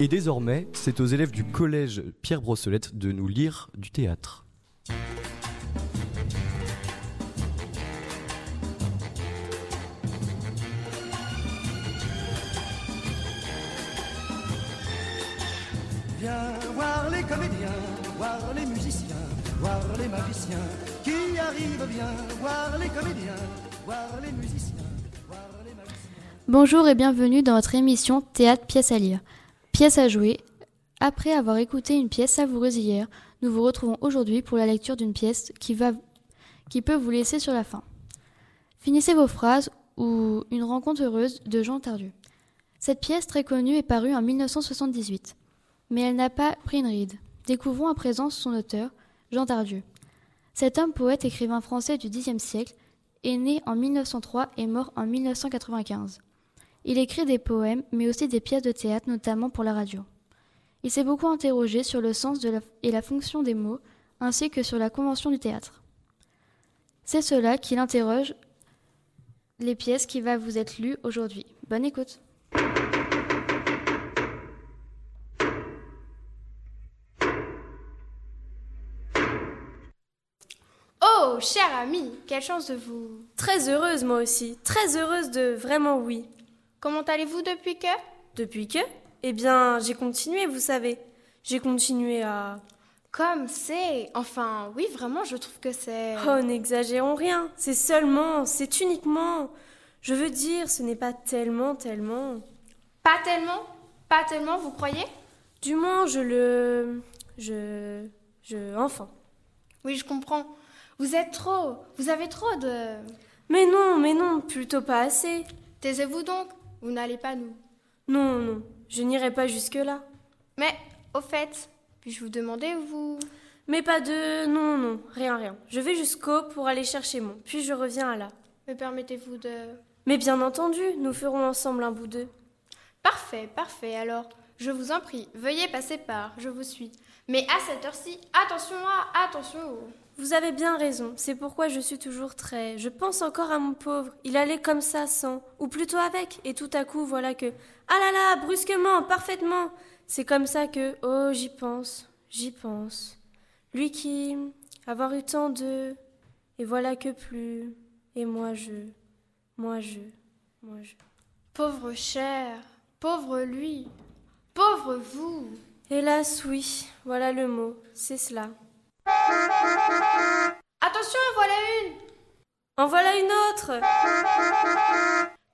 Et désormais, c'est aux élèves du collège Pierre Brosselette de nous lire du théâtre. Viens voir les comédiens, voir les musiciens, voir les magiciens qui arrivent bien, voir les comédiens, voir les musiciens, voir les magiciens. Bonjour et bienvenue dans votre émission Théâtre pièce à lire. Pièce à jouer. Après avoir écouté une pièce savoureuse hier, nous vous retrouvons aujourd'hui pour la lecture d'une pièce qui, va, qui peut vous laisser sur la fin. Finissez vos phrases ou une rencontre heureuse de Jean Tardieu. Cette pièce très connue est parue en 1978, mais elle n'a pas pris une ride. Découvrons à présent son auteur, Jean Tardieu. Cet homme poète écrivain français du Xe siècle est né en 1903 et mort en 1995. Il écrit des poèmes, mais aussi des pièces de théâtre, notamment pour la radio. Il s'est beaucoup interrogé sur le sens de la- et la fonction des mots, ainsi que sur la convention du théâtre. C'est cela qu'il interroge les pièces qui va vous être lues aujourd'hui. Bonne écoute. Oh, cher ami, quelle chance de vous. Très heureuse moi aussi, très heureuse de vraiment oui. Comment allez-vous depuis que Depuis que Eh bien, j'ai continué, vous savez. J'ai continué à... Comme c'est. Enfin, oui, vraiment, je trouve que c'est. Oh, n'exagérons rien, c'est seulement, c'est uniquement... Je veux dire, ce n'est pas tellement, tellement... Pas tellement Pas tellement, vous croyez Du moins, je le... Je... Je... Enfin. Oui, je comprends. Vous êtes trop. Vous avez trop de. Mais non, mais non, plutôt pas assez. Taisez-vous donc, vous n'allez pas nous. Non, non, je n'irai pas jusque-là. Mais, au fait, puis-je vous demander, vous. Mais pas de... Non, non, rien, rien. Je vais jusqu'au pour aller chercher mon, puis je reviens à là. Me permettez-vous de. Mais bien entendu, nous ferons ensemble un bout d'eux. Parfait, parfait, alors. Je vous en prie, veuillez passer par, je vous suis. Mais à cette heure-ci, attention à, attention au. Vous avez bien raison, c'est pourquoi je suis toujours très. Je pense encore à mon pauvre. Il allait comme ça sans, ou plutôt avec, et tout à coup voilà que. Ah là là, brusquement, parfaitement C'est comme ça que. Oh, j'y pense, j'y pense. Lui qui. avoir eu tant de. Et voilà que plus. Et moi je. Moi je. Moi je. Pauvre cher, pauvre lui, pauvre vous. Hélas, oui, voilà le mot, c'est cela. Attention, voilà une En voilà une autre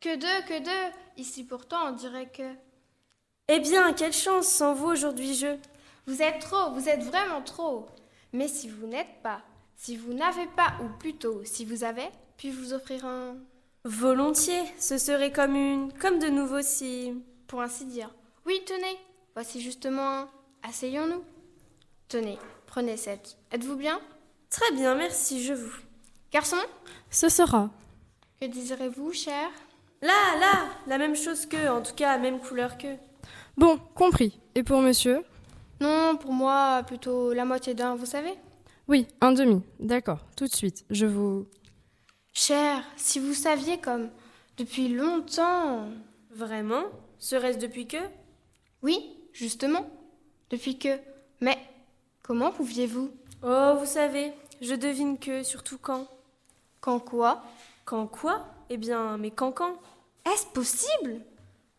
Que deux, que deux Ici pourtant, on dirait que... Eh bien, quelle chance sans vous aujourd'hui je. Vous êtes trop, vous êtes vraiment trop Mais si vous n'êtes pas, si vous n'avez pas, ou plutôt, si vous avez, puis-je vous offrir un... Volontiers, ce serait comme une, comme de nouveau si. Pour ainsi dire. Oui, tenez, voici justement un... Asseyons-nous. Tenez, prenez cette. Êtes-vous bien Très bien, merci, je vous. Garçon, Ce sera. que désirez-vous, cher Là, là, la même chose que, en tout cas, même couleur que. Bon, compris. Et pour monsieur Non, pour moi, plutôt la moitié d'un, vous savez Oui, un demi. D'accord, tout de suite. Je vous. Cher, si vous saviez comme depuis longtemps. Vraiment Serait-ce depuis que Oui, justement. Depuis que. Mais comment pouviez-vous Oh, vous savez, je devine que, surtout quand. Quand quoi Quand quoi Eh bien, mais quand quand Est-ce possible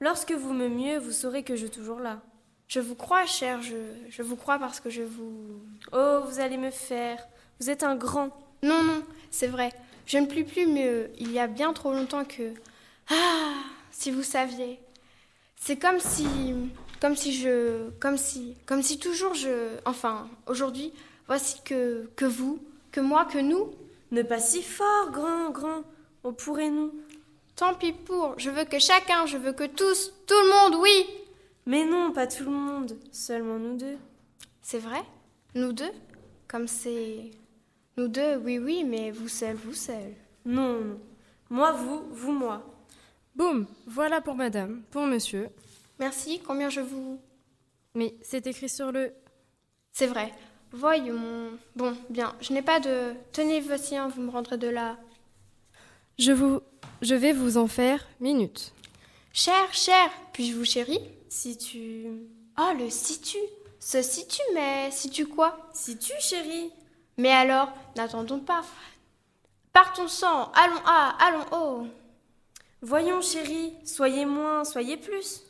Lorsque vous me mieux, vous saurez que je suis toujours là. Je vous crois, cher, je, je vous crois parce que je vous. Oh, vous allez me faire. Vous êtes un grand. Non, non, c'est vrai. Je ne plie plus mieux. Il y a bien trop longtemps que. Ah Si vous saviez. C'est comme si. Comme si je. Comme si. Comme si toujours je. Enfin, aujourd'hui, voici que. Que vous. Que moi, que nous. Ne pas si fort, grand, grand. On pourrait nous. Tant pis pour, je veux que chacun, je veux que tous, tout le monde, oui Mais non, pas tout le monde. Seulement nous deux. C'est vrai Nous deux Comme c'est... Nous deux, oui, oui, mais vous seul, vous seul. Non, non. Moi, vous, vous, moi. Boum Voilà pour madame, pour monsieur. Merci, combien je vous... Mais c'est écrit sur le. C'est vrai. Voyons. Bon, bien, je n'ai pas de... Tenez, voici un, vous me rendrez de là. Je vous. Je vais vous en faire minute. Cher, cher, puis-je vous chéris Si tu... Oh, le situ Se situ, mais situ quoi Si tu, chérie Mais alors, n'attendons pas. Partons sans, allons à, allons haut. Voyons, chérie, soyez moins, soyez plus.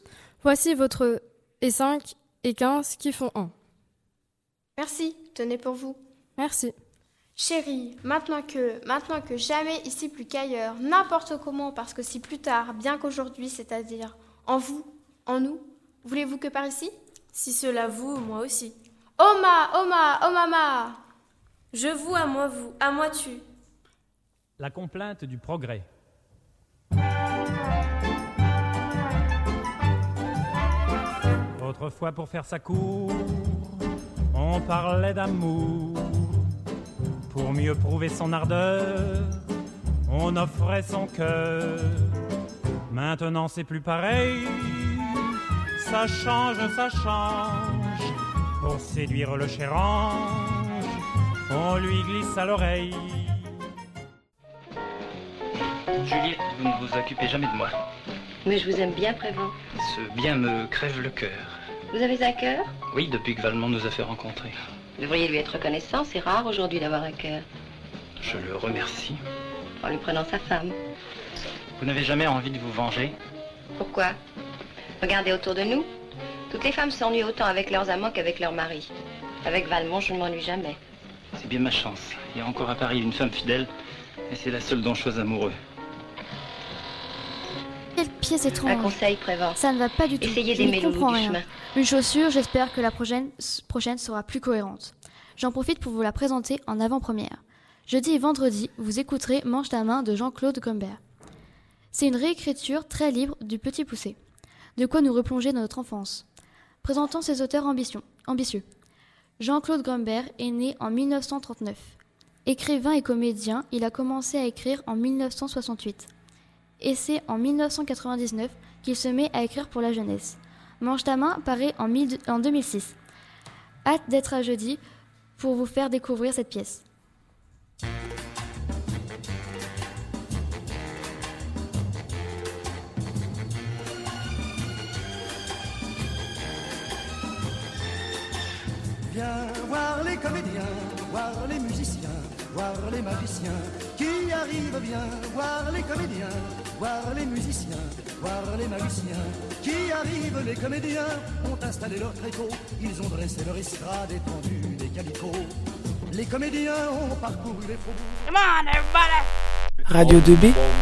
Voici votre et 5 et 15 qui font 1. Merci, tenez pour vous. Merci. Chérie, maintenant que, maintenant que jamais ici plus qu'ailleurs, n'importe comment, parce que si plus tard, bien qu'aujourd'hui, c'est-à-dire en vous, en nous, voulez-vous que par ici Si cela vous, moi aussi. Oma, Oma, oh mama Je vous, à moi vous, à moi tu. La complainte du progrès. Autrefois, pour faire sa cour, on parlait d'amour. Pour mieux prouver son ardeur, on offrait son cœur. Maintenant, c'est plus pareil. Ça change, ça change. Pour séduire le cher ange, on lui glisse à l'oreille. Juliette, vous ne vous occupez jamais de moi. Mais je vous aime bien, Prévost. Ce bien me crève le cœur. Vous avez à cœur Oui, depuis que Valmont nous a fait rencontrer. Vous devriez lui être reconnaissant, c'est rare aujourd'hui d'avoir à cœur. Je le remercie. En lui prenant sa femme. Vous n'avez jamais envie de vous venger Pourquoi Regardez autour de nous. Toutes les femmes s'ennuient autant avec leurs amants qu'avec leurs maris. Avec Valmont, je ne m'ennuie jamais. C'est bien ma chance. Il y a encore à Paris une femme fidèle, et c'est la seule dont je sois amoureux. Quelle pièce étrange. Un conseil, Prévost. Ça ne va pas du tout. Essayez Je n'y d'aimer le bout comprends du rien. chemin. Une chaussure, j'espère que la prochaine, prochaine sera plus cohérente. J'en profite pour vous la présenter en avant-première. Jeudi et vendredi, vous écouterez Mange ta main de Jean-Claude Gombert. C'est une réécriture très libre du Petit Poussé. De quoi nous replonger dans notre enfance. Présentons ses auteurs ambition- ambitieux. Jean-Claude Gombert est né en 1939. Écrivain et comédien, il a commencé à écrire en 1968. Et c'est en 1999 qu'il se met à écrire pour la jeunesse. Mange ta main paraît en, 1000 en 2006. Hâte d'être à jeudi pour vous faire découvrir cette pièce. Viens voir les comédiens, voir les musiciens, voir les magiciens qui arrivent bien. Voir les comédiens, voir les musiciens, voir les magiciens qui arrivent. Les comédiens ont installé leur tréteau, ils ont dressé leur estrade étendue des calicots. Les comédiens ont parcouru les faubourgs. Radio 2B,